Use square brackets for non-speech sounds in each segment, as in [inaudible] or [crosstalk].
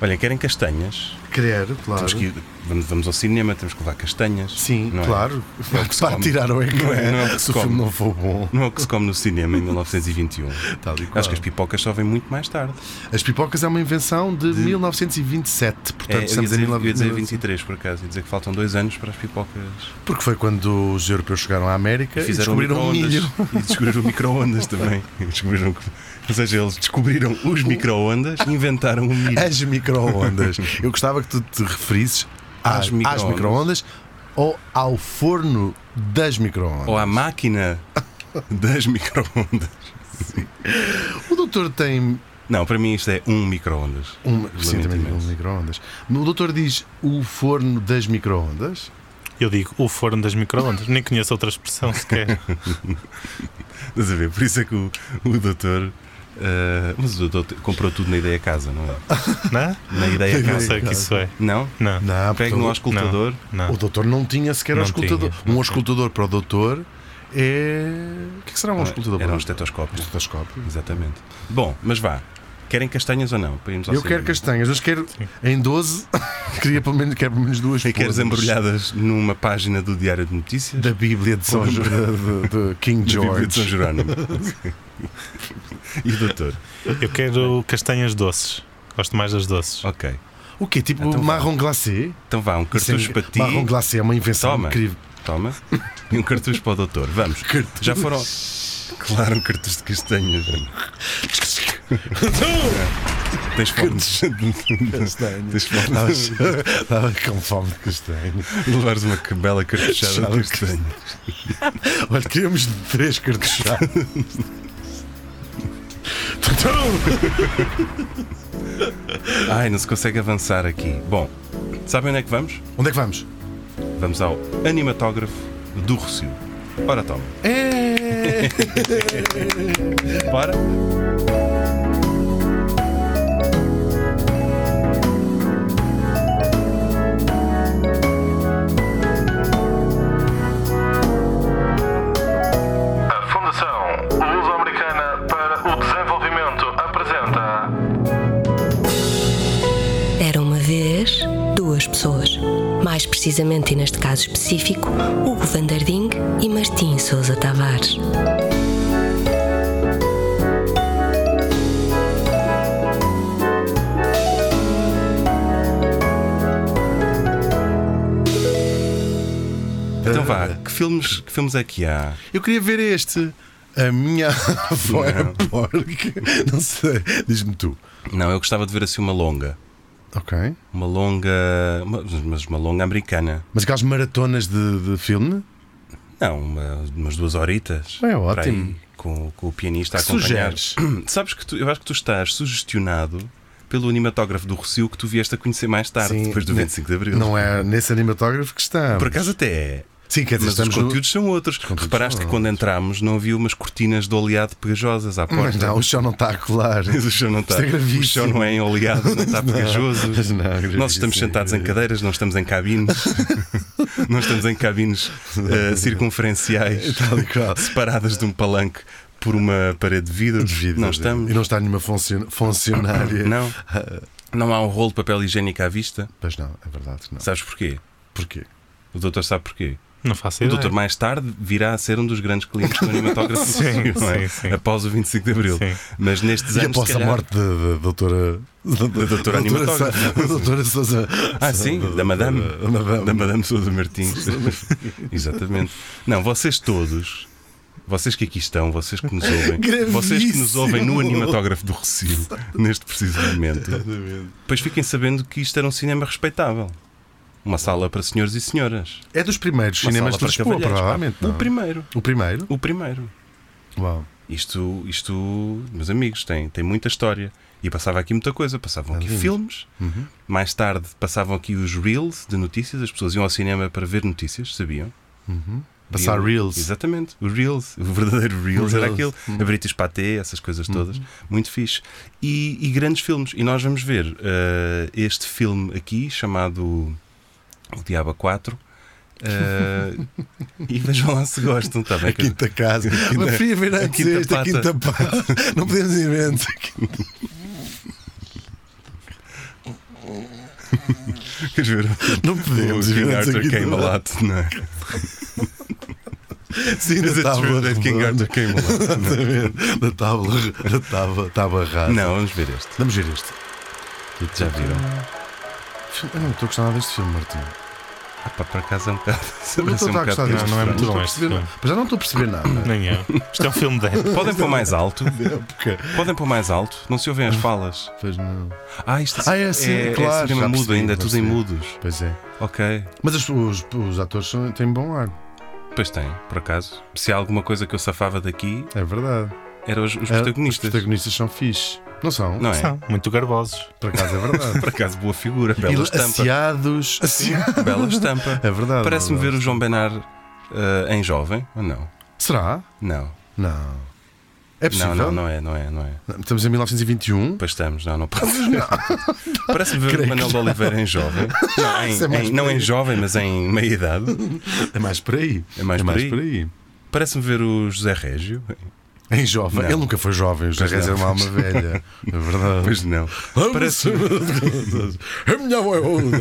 Olha, querem castanhas? Quero, claro. Temos que ir- vamos, vamos ao cinema, temos que levar castanhas. Sim, não é? claro. Não é o que se Para come. tirar o ecrã. Não é- não é o que se se o filme come. não for bom. Não é o que se come no cinema em 1921. Tal e qual. Acho que as pipocas só vêm muito mais tarde. As pipocas é uma invenção de, 1927, portanto é, eu ia estamos dizer, em eu ia dizer 1927. 23 por acaso, ia dizer que faltam dois anos para as pipocas. Porque foi quando os europeus chegaram à América e, descobriram o um milho. micro-ondas. [laughs] E descobriram micro-ondas [laughs] também. E descobriram que- ou seja, eles descobriram os micro-ondas e inventaram o milho. As [laughs] micro-ondas. Eu gostava que tu te referisses a- Às às micro-ondas. micro-ondas ou ao forno das micro-ondas. Ou à máquina das micro-ondas. O doutor tem Não, para mim isto é um micro-ondas. um, Lamento sim, também imenso. um micro-ondas. O doutor diz o forno das micro-ondas. Eu digo o forno das microondas, nem conheço outra expressão sequer. Estás a ver? Por isso é que o, o doutor. ah, mas o doutor comprou tudo na ideia casa, não é? Não? Na [laughs] ideia Não casa. sei o que isso é. Não? Não, Não, Pega porque no o- auscultador. não. O doutor Ah, não tinha sequer Não auscultador. tinha, Um auscultador para o doutor é. O que, é que será um auscultador Era para um o doutor? estetoscópio. Estetoscópio. Exatamente. Bom, mas vá. Querem castanhas ou não? Para irmos ao Eu quero cinema. castanhas, mas quero em 12, [laughs] queria pelo menos, quero pelo menos duas. E queres podres. embrulhadas numa página do Diário de Notícias? da Bíblia de São Jo- de, de- de King Da Bíblia de São George. Jerónimo. [laughs] e o doutor? Eu quero castanhas doces. Gosto mais das doces. Ok. O quê? Tipo Então vá. marrom glacé? Então vá, um Isso é- cartucho para ti. Marrom glacé é uma invenção Toma. [laughs] incrível. Toma. E um cartucho para o doutor. Vamos. Já foram. Claro, um cartucho de castanhas. [laughs] Tens fome de Tens fome Estava estava com fome de castanho. de levares uma que bela cartuchada de castanho. Olha, queríamos [laughs] três cartuchadas. Então, Ai, não se consegue avançar aqui. Bom, sabem onde é que vamos? Onde é que vamos? Vamos ao animatógrafo do Rocio. Ora, toma. É... Bora. A Fundação Luso-Americana para o Desenvolvimento apresenta Era uma vez duas pessoas. Mais precisamente, e neste caso específico, Hugo Vanderding e Martim Sousa Tavares. Então vá, que filmes, que filmes é que há? Eu queria ver este. A [laughs] minha avó é Não. porca. Não sei. Diz-me tu. Não, eu gostava de ver assim uma longa. Ok. Uma longa. uma- mas uma longa americana. Mas aquelas maratonas de, de filme? Não, uma- umas duas horitas. É ótimo. Para aí, com, com o pianista a Que acompanhar. sugeres? [clears throat] Sabes que tu, eu acho que tu estás sugestionado pelo animatógrafo do Rocio que tu vieste a conhecer mais tarde, Sim, depois do não- 25 de Abril. Não é nesse animatógrafo que está. Por acaso até é. Sim, quer dizer, Mas os estamos no- conteúdos são outros. conteúdos Reparaste são que quando entramos não havia umas cortinas de oleado pegajosas [laughs] à Mas porta. não, o chão não está a colar. Mas o [laughs] chão não está. Isto é o gravíssimo. chão não é em oleado, não está pegajoso. mas [laughs] não, é gravíssimo. Nós estamos sentados em cadeiras, não estamos em cabines. [laughs] não estamos em cabines eh, circunferenciais É Tal e qual. separadas de um palanque por uma parede de vidro. De vidro, não de- estamos. E não está nenhuma funcio- funcionária. Não. Ah. Não há um rolo de papel higiênico à vista. Pois não, é verdade que não. Sabes porquê? Porquê? O doutor sabe porquê. Não O faço ideia. doutor é. mais tarde virá a ser um dos grandes clientes [laughs] do animatógrafo Sim, não é? sim, sim. após o 25 de Abril. Sim. Mas nestes E anos. após se a calhar- morte da da doutora. Da doutora animatógrafa. [laughs] Sa- doutora Sousa. Ah, [laughs] sim, da Madame. Da Madame. Da Madame Sousa Martins. Exatamente. Não, vocês todos, vocês que aqui estão, vocês que nos ouvem, Gravíssimo. vocês que nos ouvem no animatógrafo do Recio, neste preciso momento, depois fiquem sabendo que isto era um cinema respeitável. Uma sala para senhores e senhoras. É dos primeiros Uma cinemas sala de para Lisboa, cavalheiros, Um pá. provavelmente. O não? é? primeiro. O primeiro? O primeiro. Uau. Isto, isto, meus amigos, tem, tem muita história. E passava aqui muita coisa. Passavam aqui filmes, Uhum. mais tarde passavam aqui os reels de notícias. As pessoas iam ao cinema para ver notícias, sabiam? Passar Iam- Reels. Exatamente, o Reels, o verdadeiro Reels O era Reels. Uhum. aquilo. A British Paté, essas coisas todas. Muito fixe. E, e grandes filmes. E nós vamos ver eh, este filme aqui chamado O Diabo 4. [laughs] e vejam lá se gostam, está bem? A quinta casa. Mas preferia ver a antes quinta este, a pata. quinta [laughs] pata. Não podemos ir antes. Queres ver? Não podemos, O King vemos Arthur aqui came a do- lot, não [laughs] é? Sim, Is it true that King Arthur came a [laughs] lot? Exatamente. Na tábua, na tábua, tábua rasa. Não, vamos ver este. Vamos ver este. Já viram? Eu não estou a gostar nada deste filme, Martinho. Ah, pá, por acaso é um bocado. [laughs] Eu Não parece estou um a gostar bocado deste não é filme. muito estou a bom este perceber nada. Mas já não estou a perceber nada. Nem eu. Isto é um filme de época. Podem pôr mais alto? Na época. Podem pôr mais alto? Não se ouvem as falas. [coughs] Pois não. Ah, isto Ah, é assim, claro, É cinema já mudo percebi, ainda, já tudo em percebi. mudos. Pois é. Ok. Mas os, os, os atores são- têm bom ar. Pois tem, por acaso. Se há alguma coisa que eu safava daqui, É verdade. eram os, os É, protagonistas. Os protagonistas são fixe. Não são? Não é? São muito garbosos. Por acaso é verdade. [laughs] Por acaso, boa figura, E bela estampa. Aciados. Aciados. Bela estampa. É verdade. Parece-me não é? ver o João Benar eh, em jovem, ou não? Será? Não. Não. É Não, possível? não, não é, não é, [laughs] não é. Estamos em 1921. Pois estamos, não, não pode [laughs] ser. Parece-me ver Creio o que Manuel de Oliveira em [laughs] jovem. Não, em- Isso é mais em- não por em aí. jovem, mas em meia idade. É mais por aí. É mais é por mais aí. por aí. Parece-me ver o José Régio. Em jovem. Não. Ele nunca foi jovem, o José Pois era não. uma [laughs] alma velha. É verdade. Pois não. Parece. [laughs] A minha avó [laughs] é ouda.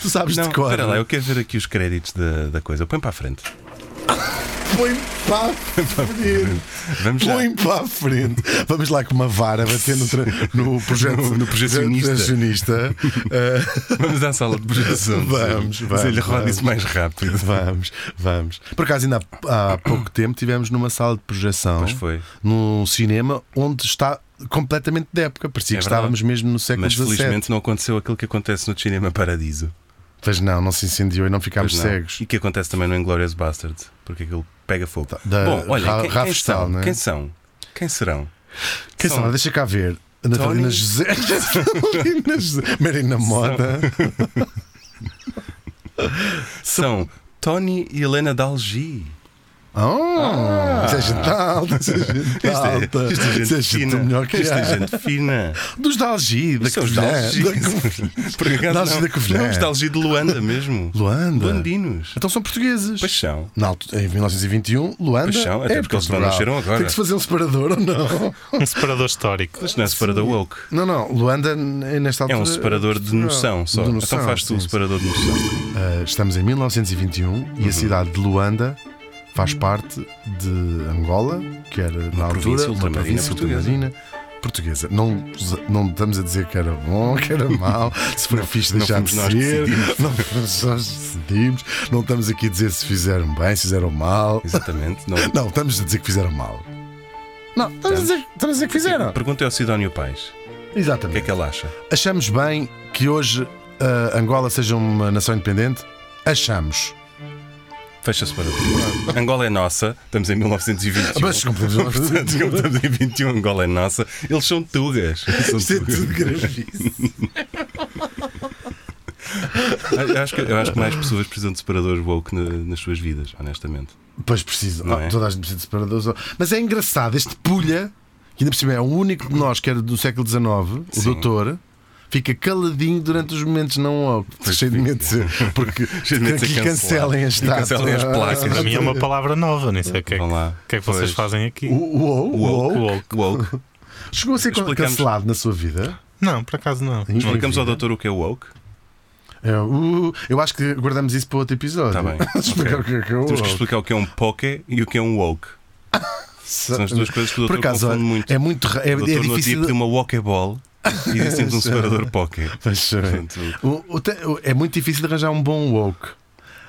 Tu sabes Não, de cor. espera lá, eu quero ver aqui os créditos da, da coisa. Põe para a frente. Põe-me para [laughs] a frente. Vamos lá. Põe-me para a frente. Vamos lá com uma vara bater no, tra- [laughs] no projeto [laughs] No- no projecionista. [laughs] projecionista. Ah, Vamos à sala de projeção. [laughs] Vamos, Se- vamos, Se ele roda vamos. isso mais rápido. [laughs] vamos, vamos. Por acaso, ainda há, há pouco tempo tivemos numa sala de projeção. Pois foi. Num cinema onde está completamente de época. Parecia É que verdade. estávamos mesmo no século Mas XVII. felizmente não aconteceu aquilo que acontece no Cinema Paradiso. Pois não, não se incendiou e não ficámos Pois não. é? cegos. E que acontece também no Inglourious Bastards, porque aquilo pega fogo. da Bom, olha, Ra- quem, Rafa quem Stahl, são? não é? Quem são? Quem serão? Quem são? Deixa cá ver. Ana Tony? Carolina José. [laughs] Carolina José. Marina Mota. São Tony e Helena Dalgi. Oh, Ah, isso é gente alta, isso é gente alta. Ah. Isto é Isso é gente gente fina. melhor que Isto é há. gente fina. Dos Dalgi, da Isto são os Dalgi. Covilhã. [laughs] Por acaso Dalgi não. da Covilhã. Não, os Dalgi de Luanda mesmo. [laughs] Luanda. Luandinos. Então são portugueses. Pois são. Na altu- em 1921, Luanda. Pois são, até é porque eles não Portugal. nasceram agora. Tem que se fazer um separador ou não? Um separador histórico. Isto não é separador woke. Não, não. Luanda, n- nesta É altura. um separador de Portugal. noção só. De noção, então faz tu sim, o sim. separador Uhum. de noção. Uh, estamos em 1921 e a cidade de Luanda Uhum. faz parte de Angola, que era província na altura uma ultramarina província portuguesa. ultramarina portuguesa. Não, não estamos a dizer que era bom, que era mau, se foi fixe não deixar de fomos nós que ser, não fomos nós que decidimos, não estamos aqui a dizer se fizeram bem, se fizeram mal. Exatamente. [laughs] Não. Não, estamos a dizer que fizeram mal. Não, estamos, A, dizer, estamos a dizer que fizeram. Pergunta ao Sidónio Pais. O que é Exatamente. que ele acha? Achamos bem que hoje uh, Angola seja uma nação independente? Achamos. Fecha-se para ti. Angola é nossa, estamos em 1921. Ah, Mas completamente Portanto, como estamos em 21, Angola é nossa. Eles são [laughs] tugas. São Isto é tugas. tudo gravíssimo. Eu acho, que, eu acho que mais pessoas precisam de separadores woke na- nas suas vidas, honestamente. Pois preciso, Não Ah, é? toda a gente precisa de separadores. Mas é engraçado, este pulha, que ainda por cima é o único de nós que era do século XIX, o Sim. doutor. Fica caladinho durante os momentos não óbvios, cheio de medo de ser, porque Cheio de medo de que ser lhe cancelado. cancelem a Que lhe estátua. cancelem as placas. Para mim é uma palavra nova, nem sei o que é que, Vão lá. o que, é que vocês Pois. fazem aqui. O, o, ou- o, ou- Woke. Woke. chegou a ser Explicamos. cancelado na sua vida. Não, por acaso não. Explicamos ao doutor o que é woke. É, o- eu acho que guardamos isso para outro episódio. [laughs] Está Tá bem. Ok. Explicar o que é que é o Temos que woke. explicar o que é um poké e o que é um woke. São as duas coisas que o Por doutor acaso, confunde muito. é muito ra- é, o doutor é no difícil. é. tipo de [laughs] uma walkeball e disse-nos um separador poké. Pois é. Portanto, O- o te- o- é muito difícil de arranjar um bom woke.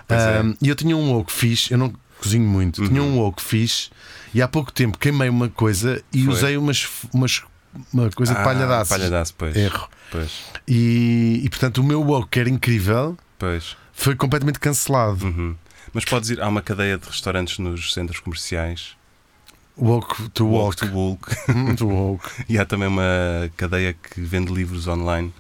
Pois é. Uhum. Ahm, E eu tinha um woke fixe, eu não cozinho muito, tinha um woke fixe e há pouco tempo queimei uma coisa e Foi. usei umas, f- umas, uma coisa de ah, palhadaço. Palhadaço, pois. Erro. Pois, E, e, portanto o meu woke, que era incrível, pois. foi completamente cancelado. Uhum. Mas podes ir, há uma cadeia de restaurantes nos centros comerciais, Woke to Walk woke. to Walk, [laughs] Hum, to woke. e há também uma cadeia que vende livros online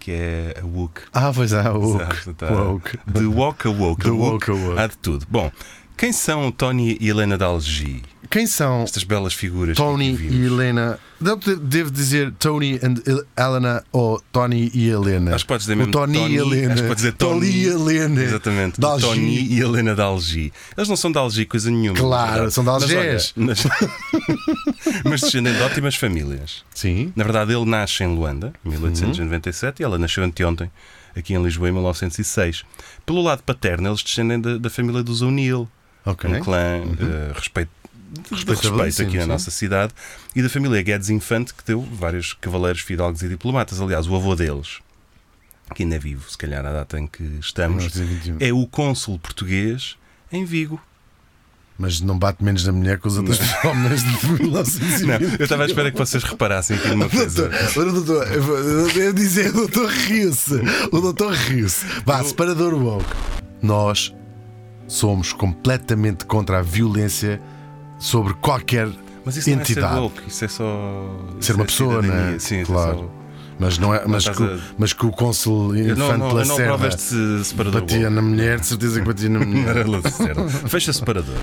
que é a Wook. [laughs] Ah, pois é, woke. Exato, tá. woke. De Walk a Woke. The A woke. woke a woke. Há de tudo. Bom, quem são Tony e Helena Dalgi? Quem são Estas belas figuras. que Tony aqui vimos. e Helena? Não, de- Devo dizer Tony and El- Helena ou Tony e Helena? Acho que podes dizer O mesmo Tony, e Helena. Acho que podes dizer Tony. Tony e Helena. Exatamente. Da Algi. Tony e Helena Dalgi. Eles não são de Algi, coisa nenhuma. Claro, na verdade. são de Algés. Mas, [laughs] olha, nas- mas descendem de ótimas famílias. Sim. Na verdade, ele nasce em Luanda, em 1897, e ela nasceu anteontem, aqui em Lisboa em 1906. Pelo lado paterno, eles descendem da, da família dos O'Neill, Ok. um clã eh, respeito, de respeito Respeitabilíssimo, aqui na sim. nossa cidade, e da família Guedes Infante, que deu vários cavaleiros, fidalgos e diplomatas. Aliás, o avô deles, que ainda é vivo, se calhar, à data em que estamos, 1921. é o cônsul português em Vigo. Mas não bate menos na mulher que os outros homens [laughs] de 1920. Não, eu estava à espera que vocês reparassem aqui numa coisa. [laughs] Doutor, ora, doutor, eu vou- eu ia dizer, o doutor riu-se. O doutor riu-se. Vá, separador woke. Nós somos completamente contra a violência sobre qualquer Mas isso não é entidade. ser louco, isso é só. Ser isso uma é pessoa, cidadania. né? Sim, isso é claro. só- Mas, não é, mas, estás que, o- a- mas que o cônsul Eu não, Infante não, eu não aprovo Lacerda este separador. batia woke. na mulher, de certeza que batia [laughs] na Não mulher. era Lacerda. Fecha separador.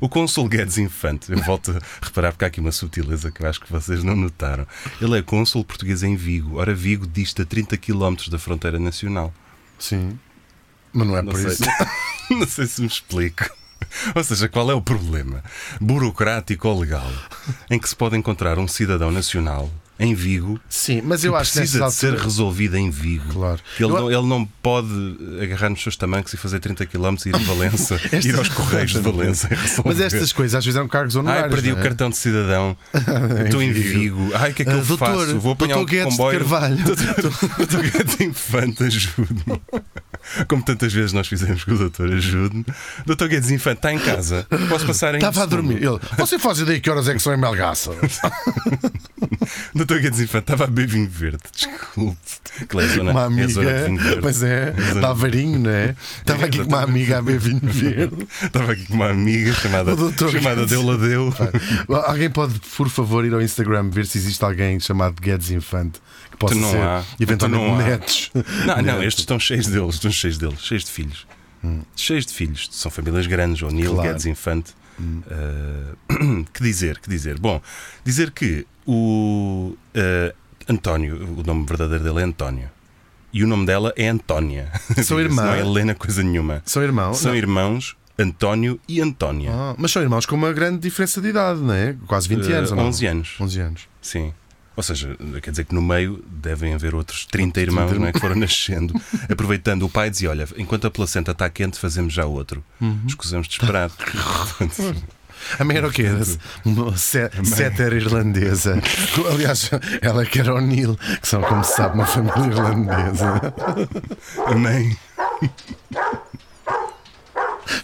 O cônsul Guedes Infante, eu volto a reparar porque há aqui uma subtileza que eu acho que vocês não notaram. Ele é cônsul português em Vigo. Ora, Vigo dista 30 km da fronteira nacional. Sim. Mas não é Não por sei. isso. Não sei se [laughs] me explico. Ou seja, qual é o problema burocrático ou legal em que se pode encontrar um cidadão nacional em Vigo Sim, mas eu que acho que precisa nessas de ser alturas- resolvido em Vigo? Claro. Ele, Eu- não, ele não pode agarrar nos seus tamancos e fazer 30 km e ir a [laughs] Valença, ir aos Correios de Valença e resolver. Mas estas coisas às vezes eram cargos honorários. Ai, perdi não o é? cartão de [laughs] cidadão. Estou em Vigo. Ai, o que é que Ah, eu doutor, faço? Vou apanhar um doutor Guedes de comboio. Carvalho. [laughs] doutor Guedes Infante, ajude-me. [laughs] Como tantas vezes nós fizemos com o doutor, ajude-me. Doutor Guedes Infante, está em casa. Posso passar em Estava a segundo? dormir. Ele, você faz ideia que horas é que são em Melgaço? [laughs] Doutor Guedes Infante, estava a beber vinho verde. Desculpe. Que lá é zona, Uma é amiga, zona de vinho verde. pois é, zona- está varinho, não é? um. Estava aqui com uma amiga a beber [laughs] vinho verde. Estava aqui com uma amiga chamada, [laughs] O doutor chamada Guedes- Deula Deu. Alguém pode, por favor, ir ao Instagram ver se existe alguém chamado Guedes Infante que possa Tu Então não ser há. eventualmente Tu não há. netos. Não, não, estes estão cheios deles, estão cheios deles, cheios de filhos. Cheios de filhos, são famílias grandes, ou Neil Hum. Claro. Hum. Guedes Infante. Ah, [clears throat] que dizer, que dizer? Bom, dizer que o ah, António, o nome verdadeiro dele é António, e o nome dela é Antónia. [laughs] São Diga-se, irmãs. Não é Helena coisa nenhuma. São [laughs] irmãos? São Não. irmãos António e Antónia. Ah, mas são irmãos com uma grande diferença de idade, não é? Quase 20 anos. Ah, ou não? 11 anos. 11 anos. Sim. Ou seja, quer dizer que no meio devem haver outros 30 irmãos não é, que foram [laughs] nascendo, aproveitando o pai dizia: Olha, enquanto a placenta está quente, fazemos já outro. Escusamos de [laughs] esperar. Portanto, A mãe era o quê? Uma sé- Séter irlandesa. [laughs] Aliás, ela é que era o Neil, que são, como se sabe, uma família irlandesa. [laughs] Amém.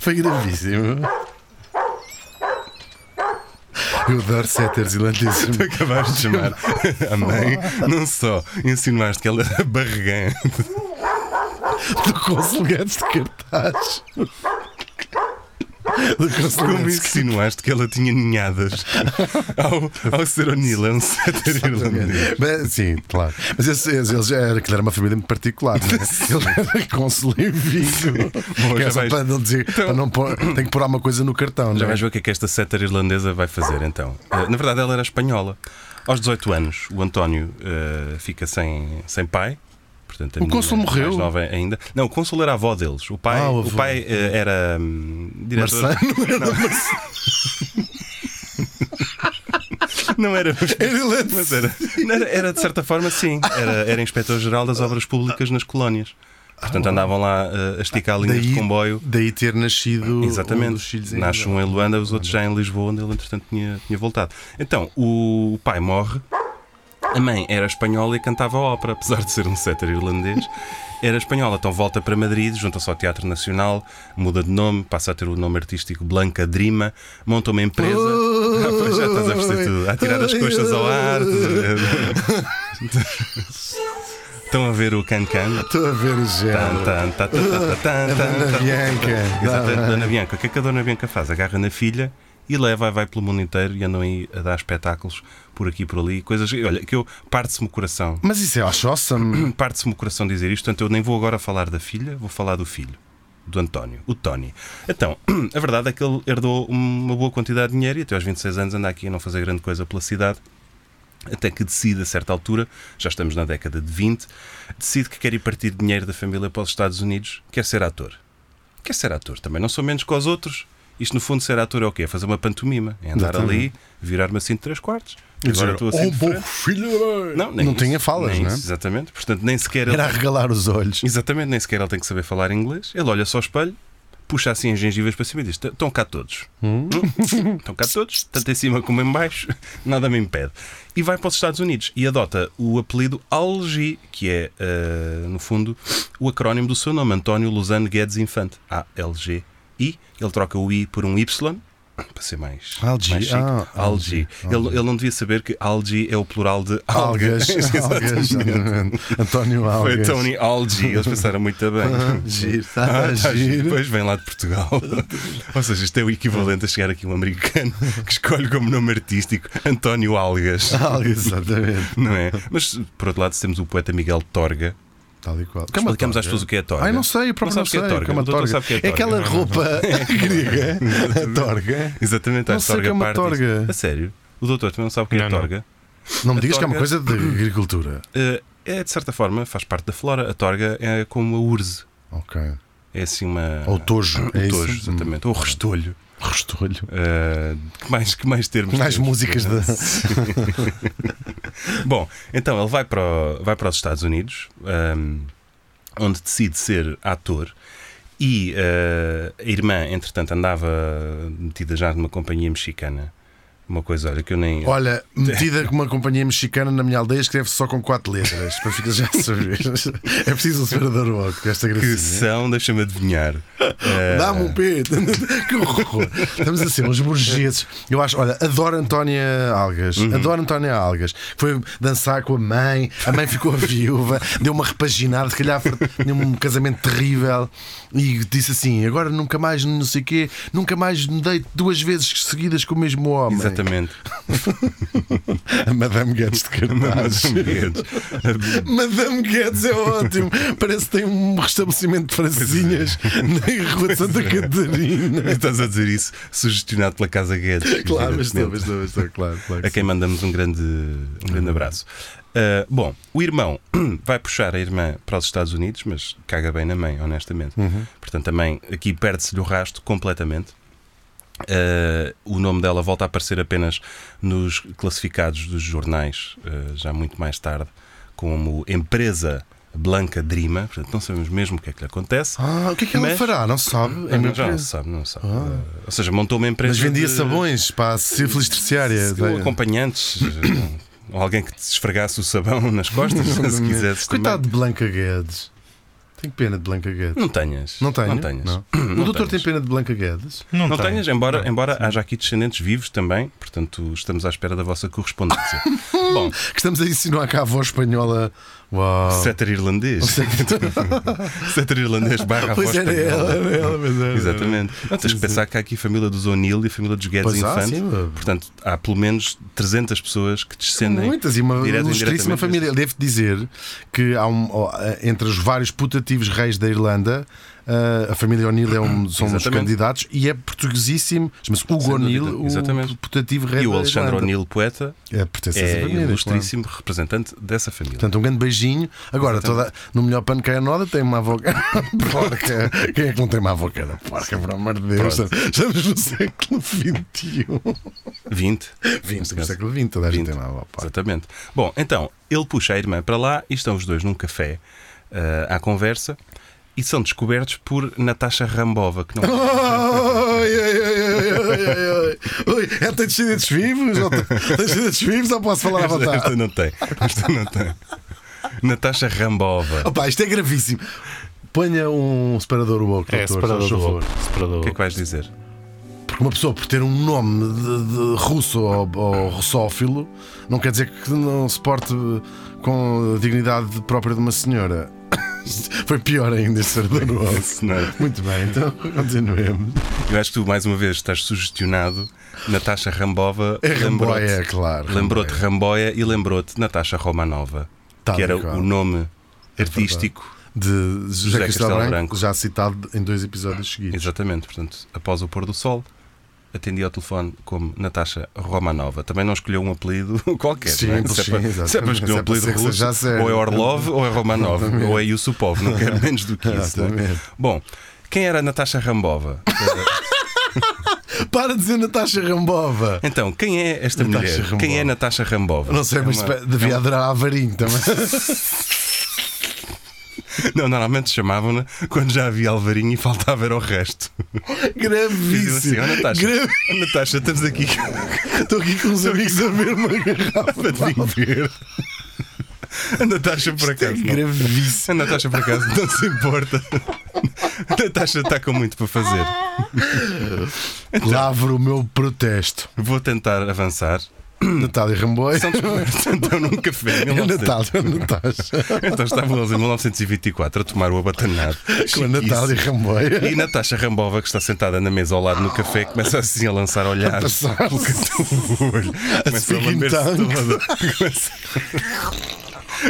Foi gravíssimo. Eu adoro séteres irlandeses. [laughs] Tu acabaste de [laughs] chamar a mãe, não só insinuaste que ela era barrigã, [laughs] Do Consul Guedes de cartaz. Do Consul como Guedes de insinuaste que ela tinha [laughs] ninhadas ao, ao ser o Neil, é um séter irlandês. cartaz. Mas, sim, claro. Mas eles, eles, eles era, que era uma família muito particular. Né? [laughs] Ele era cônsul em Vigo. Bom, Que é já só vais- para não dizer. para não pôr- tem que pôr alguma coisa no cartão. Já Né? vais ver o que é que esta setter irlandesa vai fazer então. Eh, Na verdade, ela era espanhola. Aos 18 anos, o António eh, fica sem, sem pai. Portanto, a O menina cônsul morreu? mais nova ainda. Não, o cônsul era a avó deles. O pai, Ah, o o avô. pai eh, era hum, diretor. Marçano? [laughs] Não era. Era irlandês. Mas era, não era, era, de certa forma, sim. Era, era inspetor-geral das obras públicas nas colónias. Portanto, andavam lá eh, a esticar linhas de comboio. daí ter nascido um dos filhos Exatamente. em- Nasce um em Luanda, os outros já em Lisboa, onde ele entretanto tinha, tinha voltado. Então, o pai morre, a mãe era espanhola e cantava ópera, apesar de ser um setter irlandês. Era espanhola, então volta para Madrid, junta-se ao Teatro Nacional, muda de nome, passa a ter o nome artístico Blanca Drima, monta uma [laughs] empresa. Ah, pois já estás a perceber tudo. A tirar as coxas ao ar. [laughs] Estão a ver o Can-Can? Estou a ver o género. A Dona Dona Bianca. Exatamente, Dona Bianca. O que é que a Dona Bianca faz? Agarra na filha e leva e vai pelo mundo inteiro e andam aí a dar espetáculos por aqui e por ali. Coisas. Olha, que eu parte-se-me o coração. Mas isso é acho awesome. Parte-se-me o coração dizer isto, portanto eu nem vou agora falar da filha, vou falar do filho. Do António, o Tony. Então, [clears throat] a verdade é que ele herdou uma boa quantidade de dinheiro e até aos 26 anos anda aqui a não fazer grande coisa pela cidade até que decide, a certa altura, já estamos na década de 20, decide que quer ir partir de dinheiro da família para os Estados Unidos, quer ser ator. Quer ser ator também, não sou menos que os outros. Isto, no fundo, ser ator é o quê? É fazer uma pantomima. É andar Exatamente. ali, virar-me assim de três quartos, [clears throat] Agora estou assim Oh, de bom frente. [laughs] filho! da mãe!" Não, nem não isso, tinha falas, nem não é? isso, Exatamente. Portanto, nem sequer ele Era a regalar os olhos. Exatamente, nem sequer ele tem que saber falar inglês. Ele olha só ao espelho, puxa assim as gengivas para cima e diz: Estão cá todos. Hum, [laughs] Estão cá todos, tanto em cima como em baixo, [laughs] nada me impede. E vai para os Estados Unidos e adota o apelido ALGI, que é, eh, no fundo, o acrónimo do seu nome, António Luzano Guedes Infante. A-L-G-I. Ele troca o I por um Y. [coughs] Para ser mais. ALGI, mais chique. ah, ALGI. ALGI. Ele, ele não devia saber que ALGI é o plural de [laughs] Algas. algas. Algas. exatamente. António Foi Algas. Tony Algi, eles pensaram muito bem. Giro, tá, Ah, tá giro. giro. Depois vem lá de Portugal. Ou seja, isto é o equivalente a chegar aqui um americano que escolhe como nome artístico António Algas. Algas, exatamente. Não é? Mas por outro lado, temos o poeta Miguel Torga. Tal e qual. Que é uma Explicamos às torga? pessoas o que é Torga. Ai, não sei, eu próprio não, sabes o que sei. é torga. que é uma O doutor torga. sabe o que é É torga. aquela [laughs] roupa grega. A [laughs] torga. Exatamente, Não às sei o que é Torga uma partes. torga. A sério? O doutor também não sabe o que é Não, não. Torga? Não me A digas que é uma torga- coisa de agricultura. Eh, É, de certa forma, faz parte da flora. A Torga é como a urze. Ok. É assim uma. Ou tojo. o é isso? tojo, exatamente. Ou o restolho. Hum, Restolho. Eh, que, mais, que mais termos? Mais temos? músicas da. [laughs] Bom, então ele vai para, o- vai para os Estados Unidos, ahm, onde decide ser ator. E ah, a irmã, entretanto, andava metida já numa companhia mexicana. Uma coisa, olha, que eu nem. Olha, metida com uma companhia mexicana na minha aldeia, escreve só com quatro letras, para ficar já a saber. É preciso um separador logo, esta que gracinha. são, deixa-me adivinhar. Ah, Dá-me um peito. [laughs] que horror. Estamos a ser uns burgueses. Eu acho, olha, adoro Antónia Algas. Adoro Antónia Algas. Foi dançar com a mãe, a mãe ficou viúva, deu uma repaginada, se calhar foi num casamento terrível e disse assim: agora nunca mais, não sei o quê, nunca mais me deito duas vezes seguidas com o mesmo homem. [laughs] Exatamente. A Madame Guedes de Carnaz. Madame [laughs] Guedes. [laughs] Madame Guedes é ótimo. Parece que tem um restabelecimento de francesinhas na Rua de Santa Catarina. Estás a dizer isso sugestionado pela Casa Guedes. Claro, mas estou, evidentemente. mas estou, mas estou, claro. claro que a quem mandamos um grande, um grande abraço. Ah, bom, o irmão [clears throat] vai puxar a irmã para os Estados Unidos, mas caga bem na mãe, honestamente. Uhum. Portanto, a mãe aqui perde-se-lhe o rasto completamente. Ah, o nome dela volta a aparecer apenas nos classificados dos jornais, ah, já muito mais tarde, como empresa Blanca Drima. Portanto, não sabemos mesmo o que é que lhe acontece. Ah, o que é que ela Mas- fará? Não se sabe. É Ah, já uma não se empresa. sabe, não se sabe. Ah, ou seja, montou uma empresa. Mas vendia de- sabões para a sífilis terciária. ou [coughs] acompanhantes, ou alguém que te esfregasse o sabão [laughs] nas costas, se quisesse. também. Coitado de Blanca Guedes. Tenho pena de Blanca Guedes. Não tenhas. Não tenho. Não tenhas. Não. o doutor tem pena de Blanca Guedes? Não, Não tenho. tenhas, embora, embora haja aqui descendentes vivos também, portanto estamos à espera da vossa [laughs] correspondência. Bom, Que estamos a insinuar cá a avó espanhola. Uau. setter irlandês. [laughs] [laughs] setter irlandês barra Pois voz era espanhola. ela, era ela, mas era. Exatamente. Não, tens que pensar que há aqui a família dos O'Neill e a família dos Guedes Pois há, Infante. sim, mas- Portanto, há pelo menos 300 pessoas que descendem. Muitas e uma direto e ilustríssima indiretamente família. Devo dizer que há um, ó, entre os vários putativos reis da Irlanda, ah, a família O'Neill é um, são os Exatamente. candidatos e é portuguesíssimo. Chama-se Hugo Sem dúvida, O'Neill, exatamente. o putativo rei E o da Alexandre Irlanda. O'Neill, poeta, É, pertence a essa é família, claro. ilustríssimo representante dessa família. Portanto, um grande beijinho. Agora, toda, no melhor pano que é a noda, tem uma avó [laughs] porca. Quem é que não tem uma avó que era porca, por amor de Deus? Estamos no século XXI. 20. Estamos no século XX, toda a gente tem uma avó porca. Exatamente. Bom, então, ele puxa a irmã para lá e estão os dois num café ah, à conversa e são descobertos por Natasha Rambova, [laughs] que não. Oi, oi, oi, oi, oi, oi, oi. Oi, é, tem descendentes vivos? Ou tem- tem descendentes vivos ou posso [laughs] É, falar à Esta, esta vontade? não tem. Esta não tem. Natasha Rambova. Opa, isto é gravíssimo. Ponha um separador woke, É, doutor, separador se do faz favor. ovo. Separador O do que é que vais dizer? Porque uma pessoa por ter um nome de, de russo ou, ou russófilo não quer dizer que não se porte com a dignidade própria de uma senhora. [laughs] Foi pior ainda este separador woke. Isso não é- Muito bem, então continuemos. Eu acho que tu, mais uma vez, estás sugestionado. Natasha Rambova É lembrou-te- Ramboia, é claro. lembrou-te Ramboia e lembrou-te Natasha Romanova, Tal que e era qual. É o nome artístico. de José, José Castelo, Castelo Branco, Branco. já citado em dois episódios seguidos. Exatamente, portanto, após o pôr do sol, atendi ao telefone como Natasha Romanova. Também não escolheu um apelido [laughs] qualquer. Sim, não é? pois se, é sim, para, se é para escolher exatamente. um Se é para apelido ser que russo, seja a sério. ou é Orlov ou é Romanov, ou é Yusupov, não [laughs] quero menos do que isso. não é? Exatamente. Bom, quem era a Natasha Rambova? [laughs] Para de dizer Natasha Rambova. Então, quem é esta Natasha mulher? Rambova. Quem é Natasha Rambova? Não sei, É mas uma- pe- devia adorar a [laughs] Avarinho também. Não, normalmente chamavam-na quando já havia Alvarinho e faltava era o resto. Diziam assim, Gravíssimo. ó Natasha, Grave- ó, Natasha, estamos aqui Estou aqui com os amigos a ver uma garrafa. para te vir ver. A Natasha por É acaso. não. gravíssimo. A Natasha por acaso não se importa. A Natasha está com muito para fazer. Lavro o meu protesto. Vou tentar avançar. Natália Ramboia. Hum. São descobertos então num café. em É 1900. Natália, [laughs] Natasha. Então estavam eles em 1924 a tomar o abatanado. Com a Natália Chiquíssimo. Ramboia. E Natasha Rambova, que está sentada na mesa ao lado no café, começa assim a lançar olhares. Passar. pelo canto do olho. Começa a speaking lamber-se tongue. toda. Começa...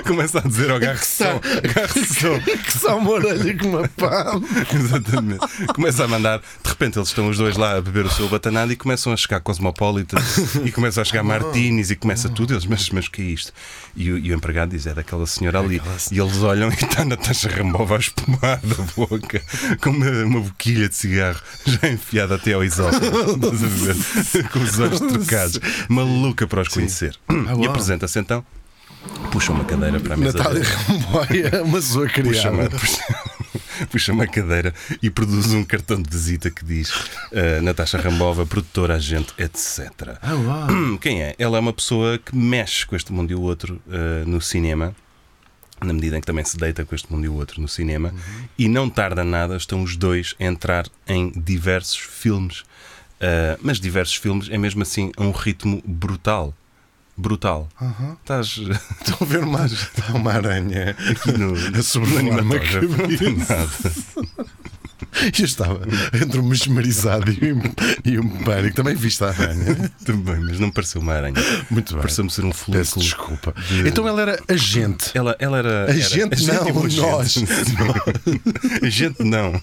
começa a dizer ao garçom. [laughs] Garçom. Que só uma orelha que me apalma. [laughs] Exatamente. Começa a mandar. De repente eles estão os dois lá a beber o seu batanado e começam a chegar cosmopolitas e começam a chegar martinis e começa tudo. Eles, mas, mas o que é isto? E o, e o empregado diz: é daquela senhora ali. E eles olham e está na taxa Rambova a espumar da boca com uma, uma boquilha de cigarro já enfiada até ao isótopo. Estás a ver? com os olhos trocados. Maluca para os conhecer. E uau. apresenta-se então. Puxa uma cadeira para a mesa. Natália dele Ramboia, uma sua puxa-me criada. puxa, [laughs] puxa-me a cadeira e produz um cartão de visita que diz eh, Natasha Rambova, produtora, agente, etc. [clears throat] Quem é? Ela é uma pessoa que mexe com este mundo e o outro eh, no cinema. Na medida em que também se deita com este mundo e o outro no cinema, e não tarda nada, estão os dois a entrar em diversos filmes, Eh, mas diversos filmes é mesmo assim a um ritmo brutal. Brutal. Estás [laughs] Estão a ver uma, está Tá uma aranha. aqui no, A sobrevoar no uma animatógrafo, É. não [laughs] tem cabeça. nada. E [laughs] eu estava entre um mesmerizado e um, e um pânico. Também viste a aranha. Também, mas não me pareceu uma aranha. Muito bem. Pareceu-me ser um Peço folículo. desculpa. Então ela era agente. Ela, ela era. era- gente não, e um boa nós. gente. [laughs] A gente não.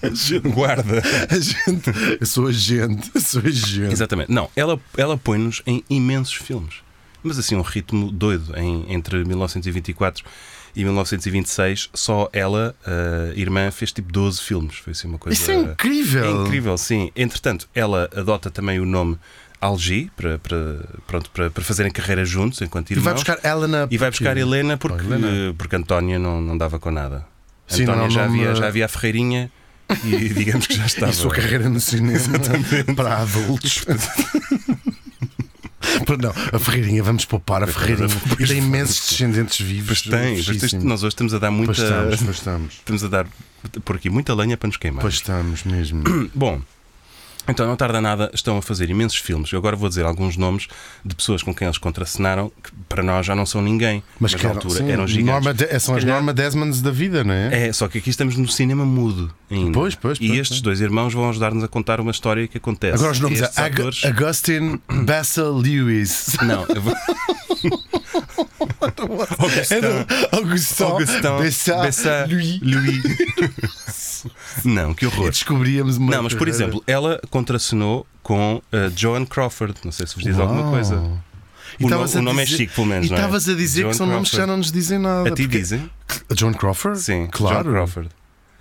Guarda. Agente. Eu sou agente. Eu sou agente. Exatamente. Não, ela, ela põe-nos em imensos filmes. Mas assim, um ritmo doido. Em, entre 1924 e 1926, só ela, a irmã, fez tipo 12 filmes. Foi assim uma coisa. Isso é incrível. É incrível, sim. Entretanto, ela adota também o nome Algi para, para, pronto, para, para fazerem carreira juntos enquanto E irmãos. vai buscar Helena. E vai buscar Helena porque, Oh, Helena. porque Antónia não, não dava com nada. Sim, Antónia não, já, não me- havia, já havia a Ferreirinha [laughs] e digamos que já estava. E sua carreira no cinema para [laughs] adultos. Para não, a Ferreirinha, vamos poupar a Ferreirinha. é E tem imensos descendentes Pois vivos. tem, pois tem, Riquíssimo. nós hoje estamos a dar muita. Pois estamos, [laughs] Estamos, pois estamos. a dar por aqui muita lenha para nos queimar. Pois estamos [clears throat] mesmo. Bom, então não tarda nada, estão a fazer imensos filmes. Eu agora vou dizer alguns nomes de pessoas com quem eles contracenaram que para nós já não são ninguém. Mas, que na eram- altura sim, eram gigantes. Norma De- são as calhar- Norma Desmonds da vida, não é? É, só que aqui estamos no cinema mudo ainda. Pois, pois, e pois, estes pois. dois irmãos vão ajudar-nos a contar uma história que acontece. Agora os nomes é Estes Ag- atores- Agustin Basil Lewis. Não, eu vou. É do- Augustin, Augustin Bessa, Bessa Louis. tipo Louis. não, que E horror. descobríamos uma Não, mas por carreira. exemplo, ela contracenou com eh, Joan Crawford. Não sei se vos diz alguma Uau. coisa. E O, estavas no- a o nome dizer- é chique, pelo menos. E estavas não é? a dizer Joan que são nomes que já Crawford. não nos dizem nada. A ti porque- dizem? A John Crawford? Sim, claro. Joan Crawford.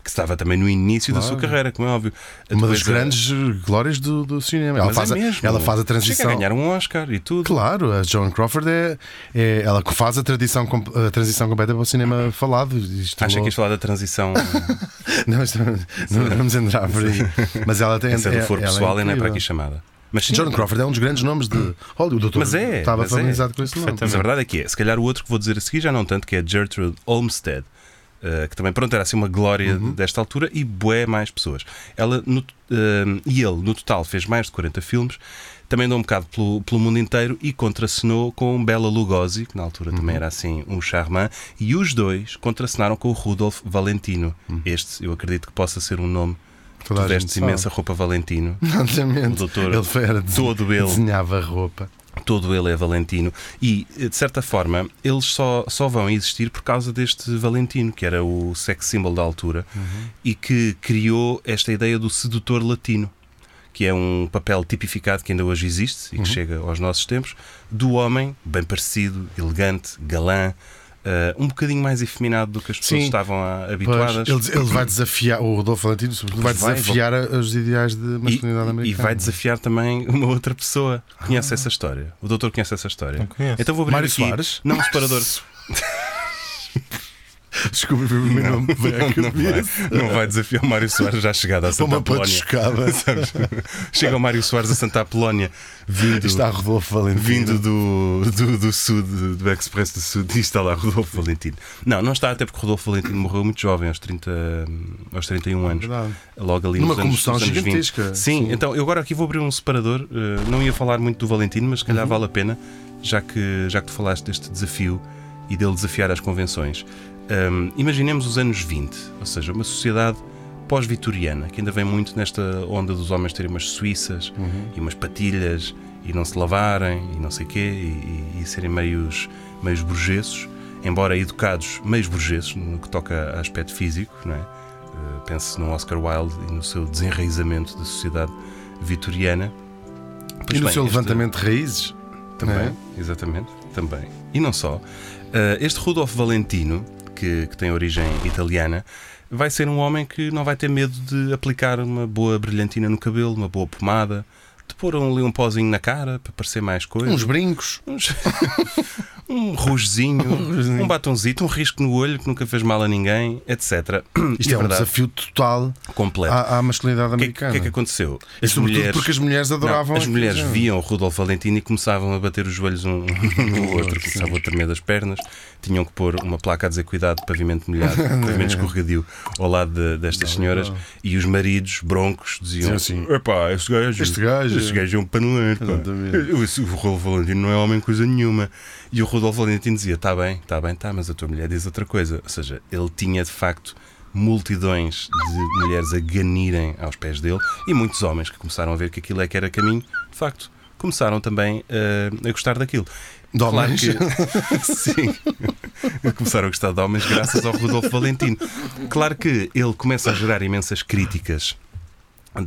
Que estava também no início da sua Claro. carreira, como é óbvio. Uma Depois das a- grandes eh, glórias do, do cinema. Ela Mas é faz, a, mesmo. ela faz Chega a a transição. ganhar um Oscar e tudo. Claro, a Joan Crawford é, é- ela que faz a, tradição, com- a transição completa para o cinema falado. Isto Acha que isto falar da transição não, isto- não vamos entrar por aí. Mas ela tem essa do foro ela pessoal e não é para incrível. aqui chamada? Mas sim, John Crawford é um dos grandes nomes de Hollywood. O doutor Mas é, estava mas é. familiarizado com esse nome. Mas a verdade é que é. Se calhar o outro que vou dizer a seguir já não tanto, que é Gertrude Olmsted, eh, que também, pronto, era assim uma glória Uhum. desta altura e bué mais pessoas. Ela no t- eh, e ele, no total, fez mais de 40 filmes, também andou um bocado pelo, pelo mundo inteiro e contracenou com Bela Lugosi, que na altura também Uhum. era assim um charmant, e os dois contracenaram com o Rudolf Valentino. Este, eu acredito que possa ser um nome. Tu Uhum. Toda a gente vestes sabe. imensa roupa Valentino, é Exatamente. O doutor- ele foi, era, todo ele. desenhava roupa. todo ele é Valentino. E, eh, de certa forma, eles só, só vão existir por causa deste Valentino, que era o sex symbol da altura Uhum. e que criou esta ideia do sedutor latino. Que é um papel tipificado que ainda hoje Uhum. existe e que chega aos nossos tempos, do homem bem parecido, elegante, galã, eh, eh, um bocadinho mais efeminado do que as pessoas Sim. estavam a- Pois, habituadas. ele, ele vai desafiar, o Rodolfo Valentino, sobretudo, vai Vai, desafiar a- os ideais de masculinidade e, americana. Ah. e vai desafiar também uma outra pessoa. Conhece essa história? O doutor conhece essa história? Não conheço. Então vou abrir Mário aqui. Soares? Não, um [laughs] separador. Desculpa, o meu nome Não, veio à não vai, cabeça. não vai desafiar o Mário Soares já chegado a Santa Uma Apolónia. [laughs] patuscada. Sabes? Chega o Mário Soares a Santa Apolónia vindo, Está Rodolfo Valentino. vindo do, do, do Sul, do, do Expresso do Sul, e está lá Rodolfo Valentino. Não, não está, até porque Rodolfo Valentino morreu muito jovem, aos, 30, aos 31 anos. É Verdade. Logo ali Numa nos anos- comoção nos anos 20. gigantesca. Sim, então eu agora aqui vou abrir um separador. eh, não ia falar muito do Valentino, mas se Uhum. calhar vale a pena, já que, já que tu falaste deste desafio e dele desafiar as convenções. Ahm, imaginemos os anos 20, ou seja, uma sociedade pós-vitoriana, que ainda vem muito nesta onda dos homens terem umas suíças Uhum. e umas patilhas e não se lavarem e não sei quê e, e- e serem meios, meios burguesos, embora educados, meios burgueses no que toca a aspecto físico, não é? Uh, pense no Oscar Wilde e no seu desenraizamento da sociedade vitoriana. E Pois no bem, seu este- levantamento de raízes. Também, né? exatamente, também. E não só. Uh, este Rudolfo Valentino, que, que tem origem italiana, vai ser um homem que não vai ter medo de aplicar uma boa brilhantina no cabelo, uma boa pomada, de pôr um- ali um pozinho na cara para parecer mais coisa. é? Uns brincos. Uns- um [laughs] rugezinho, um batonzito, um risco no olho que nunca fez mal a ninguém, etc. Isto E é um verdade, desafio Ah, total completo. à, à masculinidade O que, é que- o americana. que é que aconteceu? E sobretudo porque as mulheres Não, adoravam. as este mulheres género. viam o Rodolfo Valentino e começavam a bater os joelhos um [laughs] [laughs] no outro, começavam a tremer das pernas, tinham que pôr uma placa a dizer cuidado, pavimento molhado, [laughs] pavimento escorregadio ao lado de- destas senhoras e os maridos broncos diziam Diziam assim, Epá, este gajo, "Este gajo." este gajo é um paneleiro. pá. Exatamente. Eu- esse- O Rodolfo Valentino não é homem coisa nenhuma. E o Rodolfo Valentino dizia: Está bem, está bem, está, mas a tua mulher diz outra coisa. Ou seja, ele tinha de facto multidões de mulheres a ganirem aos pés dele e muitos homens que começaram a ver que aquilo é que era caminho, de facto, começaram também eh, a gostar daquilo. De homens? que [laughs] sim, começaram a gostar de homens graças ao Rodolfo Valentino. Claro que ele começa a gerar imensas críticas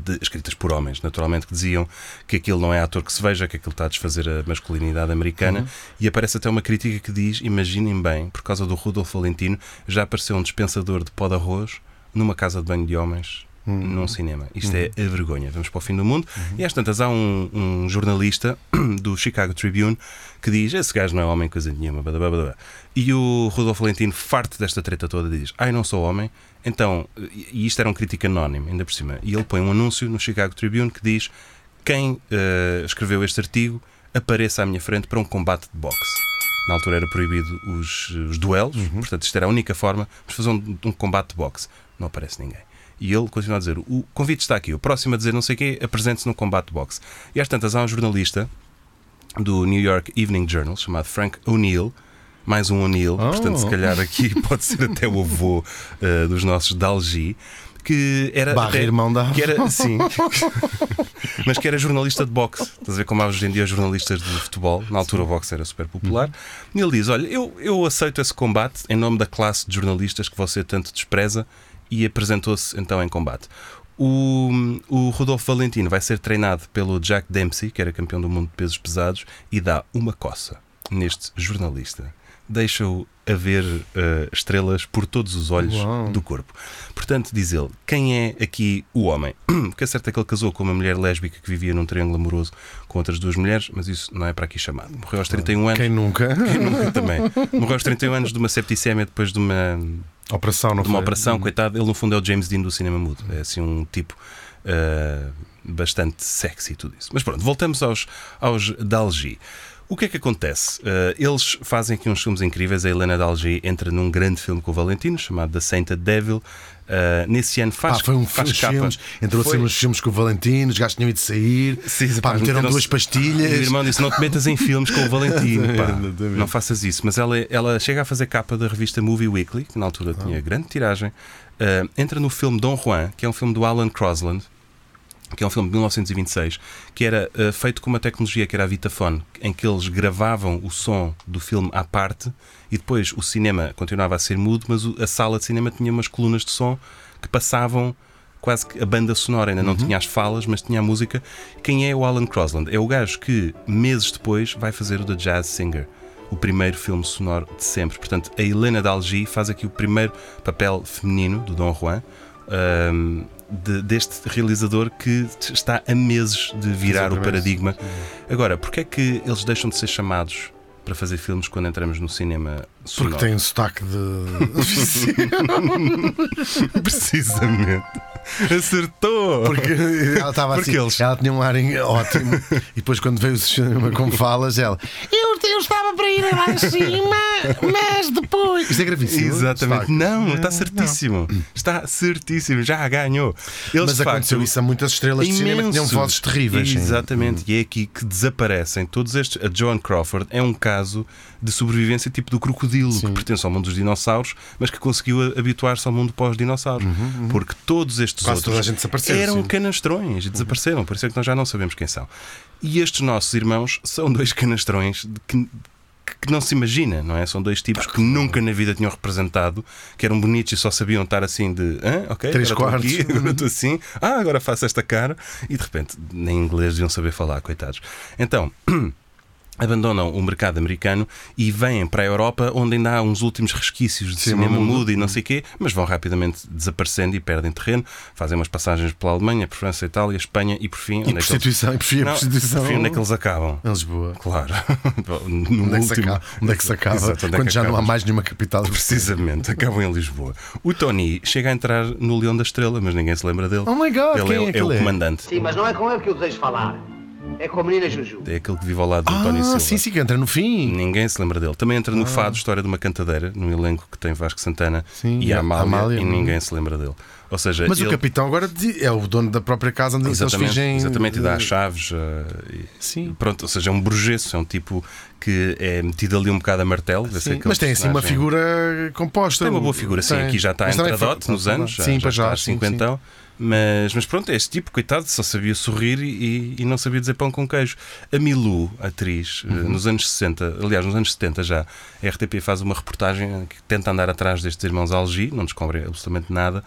de- escritas por homens, naturalmente, que diziam que aquilo não é ator que se veja, que aquilo está a desfazer a masculinidade americana. E aparece até uma crítica que diz: imaginem bem, por causa do Rudolf Valentino, já apareceu um dispensador de pó de arroz numa casa de banho de homens. Num cinema. Isto é a vergonha. Vamos para o fim do mundo. E às tantas, há um, um jornalista [clears throat] do Chicago Tribune que diz: Esse gajo não é homem, coisa nenhuma. blá, blá, blá, blá." E o Rodolfo Valentino, farto desta treta toda, diz: Ai, não sou homem, então, e- e isto era um crítico anónimo, ainda por cima, e ele põe um anúncio no Chicago Tribune que diz: quem eh, escreveu este artigo apareça à minha frente para um combate de boxe. Na altura era proibido os, os duelos, portanto, isto era a única forma de fazer um, um combate de boxe. Não aparece ninguém. E ele continua a dizer: o convite está aqui, o próximo a dizer não sei o quê, apresente-se num combate de boxe. E às tantas, há um jornalista do New York Evening Journal chamado Frank O'Neill. Mais um O'Neill, portanto, se calhar aqui [laughs] pode ser até o avô eh, dos nossos Dalgi, que era. Barra até- irmão da eh, que era, Sim, [laughs] mas que era jornalista de boxe. Estás a ver como há hoje em dia jornalistas de futebol? Na altura o boxe era super popular. E ele diz: Olha, eu, eu aceito esse combate em nome da classe de jornalistas que você tanto despreza e apresentou-se então em combate. O, o Rodolfo Valentino vai ser treinado pelo Jack Dempsey, que era campeão do mundo de pesos pesados, e dá uma coça neste jornalista. Deixa-o a ver eh, estrelas por todos os olhos do corpo. Portanto, diz ele, quem é aqui o homem? [clears throat] Porque é certo é que ele casou com uma mulher lésbica que vivia num triângulo amoroso com outras duas mulheres, mas isso não é para aqui chamado. Morreu aos 31 anos. [laughs] [laughs] Quem nunca? Quem nunca também. Morreu aos 31 anos de uma septicemia depois de uma Operação, não de uma foi? operação, coitado, ele no fundo é o James Dean do cinema mudo. É assim um tipo ah, bastante sexy e tudo isso. Mas pronto, voltamos aos, aos Dalgi. O que é que acontece? Ah, eles fazem aqui uns filmes incríveis. A Helena Dalgi entra num grande filme com o Valentino, chamado The Sainted Devil. Ah, nesse ano Pá, faz, foi um faz filme capa. filmes. Entrou Foi- assim nos filmes com o Valentino, os gajos tinham ido sair. Sim, pá, pá, meteram meteram-se- duas E o pastilhas. irmão disse: Não te metas em filmes com o [laughs] Valentino. pá. Exatamente. Não faças isso. Mas ela, é, ela chega a fazer capa da revista Movie Weekly, que na altura tinha grande tiragem. ah, entra no filme Dom Juan, que é um filme do Alan Crosland, que é um filme de 1926, que era ah, feito com uma tecnologia que era a Vitaphone, em que eles gravavam o som do filme à parte e depois o cinema continuava a ser mudo, mas o- a sala de cinema tinha umas colunas de som que passavam quase que a banda sonora, ainda não tinha as falas, mas tinha a música. Quem é o Alan Crosland? É o gajo que meses depois vai fazer o The Jazz Singer. o primeiro filme sonoro de sempre. Portanto, a Helena Dalgi faz aqui o primeiro papel feminino do Dom Juan. ahm, de- deste realizador que está a meses de virar o Exatamente. paradigma. Agora, porque é que eles deixam de ser chamados para fazer filmes quando entramos no cinema sonoro? Porque tem um [laughs] sotaque de. [laughs] Precisamente. Acertou! Porque ela estava Porque assim. eles- Ela tinha um ar em- ótimo. E depois, quando veio o cinema com falas, ela. Eu, eu estava para ir lá em cima, mas depois. Isto é gravíssimo. Exatamente. sotaque. Não, está certíssimo. Está certíssimo, já ganhou. Eles, de Mas facto, aconteceu isso a muitas estrelas de cinema que tinham imensos. vozes terríveis. sim. Uhum. Exatamente, e é aqui que desaparecem todos estes. A Joan Crawford é um caso de sobrevivência tipo do crocodilo, que pertence ao mundo dos dinossauros, mas que conseguiu a- habituar-se ao mundo pós-dinossauros. Uhum, Porque todos estes Quase outros toda a gente desapareceu, eram sim. canastrões e Uhum. desapareceram, por isso é que nós já não sabemos quem são. E estes nossos irmãos são dois canastrões de que. Que não se imagina, não é? São dois tipos Tá que nunca na vida tinham representado, que eram bonitos e só sabiam estar assim de Hã? ok, Três agora estou aqui, [laughs] quartos. Uhum. agora estou assim, ah, agora faço esta cara, e de repente nem inglês deviam saber falar, coitados. Então. [clears throat] Abandonam o mercado americano e vêm para a Europa, onde ainda há uns últimos resquícios de Sim, cinema mudo. mudo e não sei quê, mas vão rapidamente desaparecendo e perdem terreno, fazem umas passagens pela Alemanha, por França, Itália, Espanha e por fim. E onde é que eles- prostituição, e prefiro Não, a prostituição. por fim, onde é que eles acabam? Em Lisboa. Claro. [laughs] Onde é que se acaba? Onde é que se acaba? Quando já não há mais mais nenhuma capital. Precisamente, acabam em Lisboa. O Tony chega a entrar no Leão da Estrela, mas ninguém se lembra dele. Oh my God, ele quem é é, que o ele é? comandante. Sim, mas não é com ele que eu desejo falar. É com a menina Juju. É aquele que vive ao lado do Tony Ah, Silva. sim, Ah. sim, que entra no fim. Ninguém se lembra dele. Também entra no Fado, História de uma Cantadeira, no elenco que tem Vasco Santana Sim, e a Amália, Amália, e não é? ninguém se lembra dele. Ou seja, Mas ele... o capitão agora di- é o dono da própria casa onde eles Exatamente, fingem. exatamente, e dá as eh, chaves. eh, e- Sim. Pronto, ou seja, é um burgesso, é um tipo que é metido ali um bocado a martelo. vê se Sim, aquele mas tem assim uma personagem- figura composta. Tem uma boa figura, sim. Tem. Aqui já está Mas também entradote foi- nos anos, já, Sim, já para já. está sim, sim. 50 então. Mas, mas pronto, é este tipo, coitado, só sabia sorrir e, e não sabia dizer pão com queijo. A Milu, a atriz, eh, Uhum. nos anos 60, aliás, nos anos 70 já, a RTP faz uma reportagem que tenta andar atrás destes irmãos Algi, não descobrem absolutamente nada,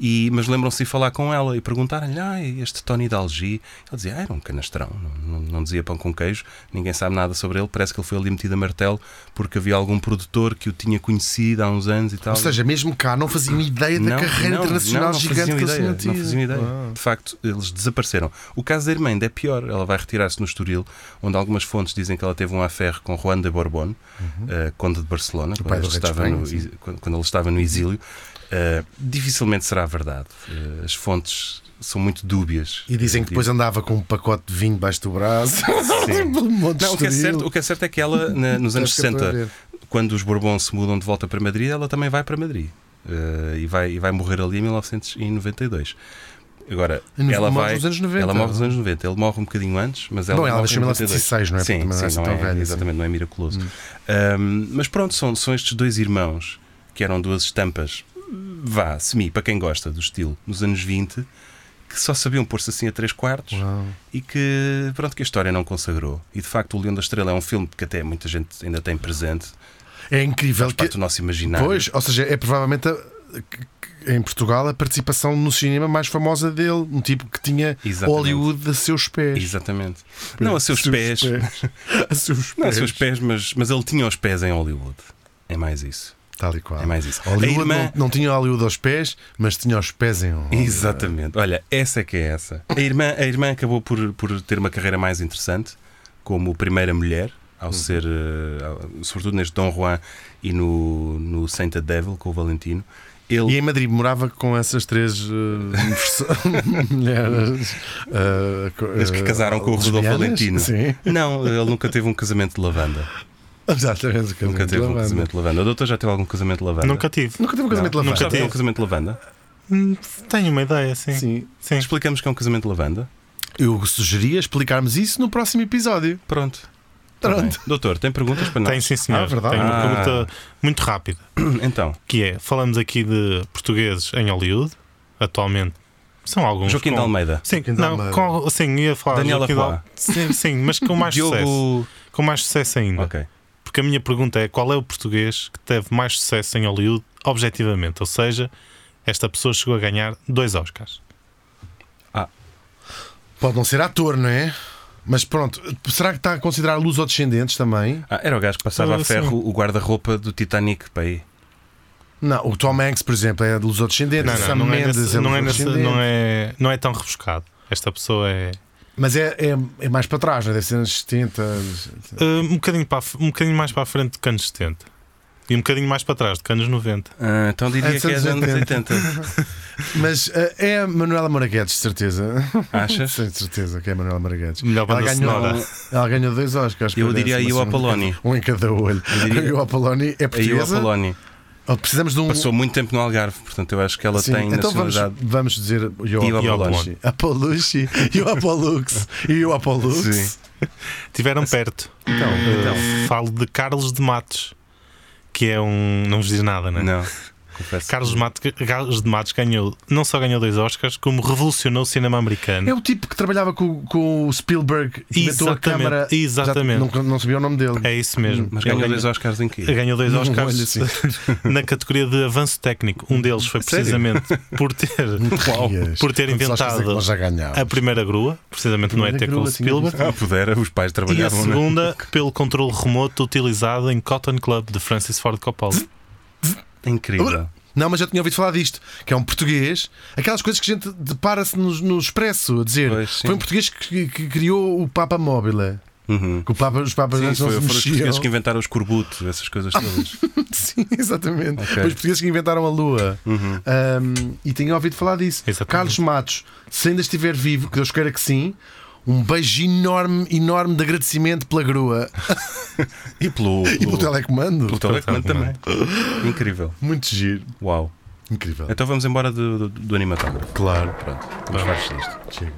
e, mas lembram-se de falar com ela e perguntaram-lhe: ah, este Tony de Algi, ele dizia, ah, era um canastrão, não, não- não dizia pão com queijo, ninguém sabe nada sobre ele, parece que ele foi ali metido a martelo porque havia algum produtor que o tinha conhecido há uns anos e tal. Ou seja, mesmo cá não faziam ideia da carreira internacional gigante faziam Ah. que ideia, eles tinham Não faziam tido. ideia. De facto, eles desapareceram. O caso da irmã ainda é pior. Ela vai retirar-se no Estoril, onde algumas fontes dizem que ela teve um affair com Juan de Borbón, eh, conde de Barcelona, quando Uhum. pai ele, do rei de estava Espanha, no, sim. exí- quando quando ele estava no exílio. Eh, dificilmente será verdade. Eh, as fontes são muito dúbias. E dizem que depois andava com um pacote de vinho debaixo do braço. [laughs] Pelo monte de Não, o que, é Estoril. certo, o que é certo é que ela, [laughs] na- nos anos Acho que é para 60, ver. quando os Bourbons se mudam de volta para Madrid, ela também vai para Madrid. Eh, e, vai, e vai morrer ali em 1992. Agora, E no- ela morre vai. nos anos 90. Ela morre nos anos 90. Ele morre um bocadinho antes, mas ela. Bom, ela morre nasceu em 1916, não é? 92. Sim, Também não é sim, assim não tão é, velha, exatamente, não é miraculoso. Um, mas pronto, são, são estes dois irmãos que eram duas estampas, vá, semi, para quem gosta do estilo, nos anos 20, que só sabiam pôr-se assim a três quartos e que, pronto, que a história não consagrou. E de facto, O Leão da Estrela é um filme que até muita gente ainda tem presente, É incrível que. parte do nosso imaginário. Pois, ou seja, é provavelmente a- que- que- em Portugal a participação no cinema mais famosa dele. Um tipo que tinha Exatamente. Hollywood a seus pés. Exatamente. Não a seus pés, [laughs] a seus pés. não a seus pés, mas, mas ele tinha os pés em Hollywood. É mais isso. Tal e qual. É mais isso. Hollywood A irmã- não, não tinha Hollywood aos pés, mas tinha os pés em Hollywood. Exatamente. Olha, essa é que é essa. A irmã, a irmã acabou por, por ter uma carreira mais interessante como primeira mulher, Uhum. ao ser, eh, ao- sobretudo neste Dom Juan e no, no Saint Devil com o Valentino. Ele E em Madrid morava com essas três eh, perso- [laughs] mulheres. eh, co- As que eh, casaram com o Rodolfo lesbianas? Valentino. Sim, Não, ele nunca teve um casamento de lavanda. exatamente. o Nunca casamento teve de um lavanda. casamento de lavanda. O doutor já teve algum casamento de lavanda? Nunca tive. Nunca teve um casamento de Não, Já lavanda. nunca teve um tive. casamento de lavanda? Hum, Tenho uma ideia, sim. Sim. Sim. Explicamos que é um casamento de lavanda. Eu sugeria explicarmos isso no próximo episódio. Pronto. Tá bem. Pronto. Doutor, tem perguntas para nós? Tenho sim, senhor. Ah, verdade. Tenho uma Ah. pergunta muito rápida, Então, que é, falamos aqui de portugueses em Hollywood, atualmente. São alguns. Joaquim com... de Almeida. Sim, Joaquim de não, Almeida. com, sim, ia falar Daniel Joaquim de Al- Arroa. Sim, sim, mas com mais sucesso. [laughs] Diogo. Com mais sucesso ainda. Ok. Porque a minha pergunta é qual é o português que teve mais sucesso em Hollywood, objetivamente? Ou seja, esta pessoa chegou a ganhar dois Oscars. Pode não ser ator, não é? Mas pronto, será que está a considerar luso-descendentes também? Ah, era o gajo que passava Ah, a ferro o guarda-roupa do Titanic para aí. Não, o Tom Hanks, por exemplo, é de luso-descendentes. Não, o Sam não, não, é Mendes nesse- é não é nesse- luso-descendente. não é- não é tão rebuscado. Esta pessoa é. Mas é, é, é mais para trás, né? deve ser nos 70. Uh, um, bocadinho para a f- um bocadinho mais para a frente de canos 70 e um bocadinho mais para trás de canos 90. Ah, então diria É que é dos anos 80. Mas eh, é a Manuela Moraguetes, de certeza. [laughs] Achas? Tenho certeza que é a Manuela Moraguetes. Melhor Ela banda ganhou, sonora. ela ganhou dois Oscars. Eu por diria essa, a Io mas um- Apoloni. Um em cada olho. Eu [laughs] diria- A Io Apoloni é A Iua portuguesa. Poloni. Oh, Precisamos de um. Passou muito tempo no Algarve, portanto eu acho que ela Sim, tem então vamos, nacionalidade. vamos dizer o Io Io Apoloni. Apolucci. Io Apolux. Io Apolux. Sim. Tiveram perto. Então, Uh, Hum. Falo de Carlos de Matos, que é um. Não vos diz nada, né? Não, confesso. Carlos de, Matos, Carlos de Matos ganhou, não só ganhou dois Oscars, como revolucionou o cinema americano. É o tipo que trabalhava com, com o Spielberg e inventou a Exatamente, câmara. exatamente. Já- não, não sabia o nome dele. É isso mesmo. Mas Ele ganhou dois Oscars em que? ganhou dois Não, Oscars olha assim. [laughs] na categoria de avanço técnico. Um deles foi Sério? precisamente por ter É. Uau, por ter inventado Nós já ganhámos. a primeira grua, precisamente no Primeira ET com grua, o tinha Spielberg. Ah, pudera, os pais E a trabalhavam. né? segunda, pelo controle remoto utilizado em Cotton Club de Francis Ford Coppola. É Incrível. Não, mas já tinha ouvido falar disto, que é um português, aquelas coisas que a gente depara-se no, no expresso, a dizer Pois, sim. foi um português que, que criou o Papa Móvel. Uhum. Que o Papa, os Papas Sim, antes não foi, se foram os portugueses mexiam. que inventaram os corbutos, essas coisas todas. [laughs] Sim, exatamente. Ok. Foi os portugueses que inventaram a Lua. Uhum. Um, e tinha ouvido falar disso. Exatamente. Carlos Matos, se ainda estiver vivo, que Deus queira que sim, um beijo enorme, enorme de agradecimento pela [laughs] grua E pelo, pelo, e pelo telecomando. pelo telecomando também. Incrível. Muito giro. Uau. Incrível. Então vamos embora do, do, do animatógrafo. Claro. Pronto, vamos falar disto. Chega.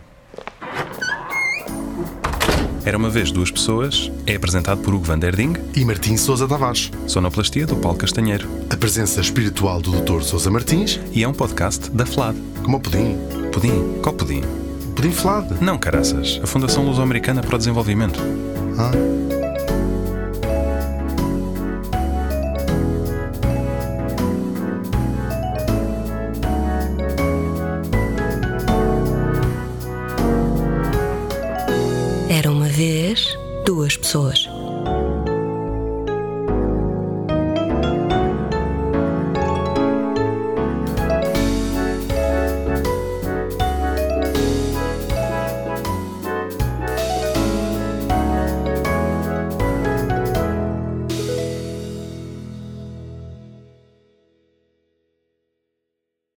Era uma vez duas pessoas é apresentado por Hugo Van Der Ding, E Martim Sousa Tavares. sonoplastia do Paulo Castanheiro, A presença espiritual do Dr. Sousa Martins, e é um podcast da FLAD. como o pudim. Pudim? Qual pudim? Pudim flado. [laughs] Não, caraças. A Fundação Luso-Americana para o Desenvolvimento. Ah. Era uma vez duas pessoas.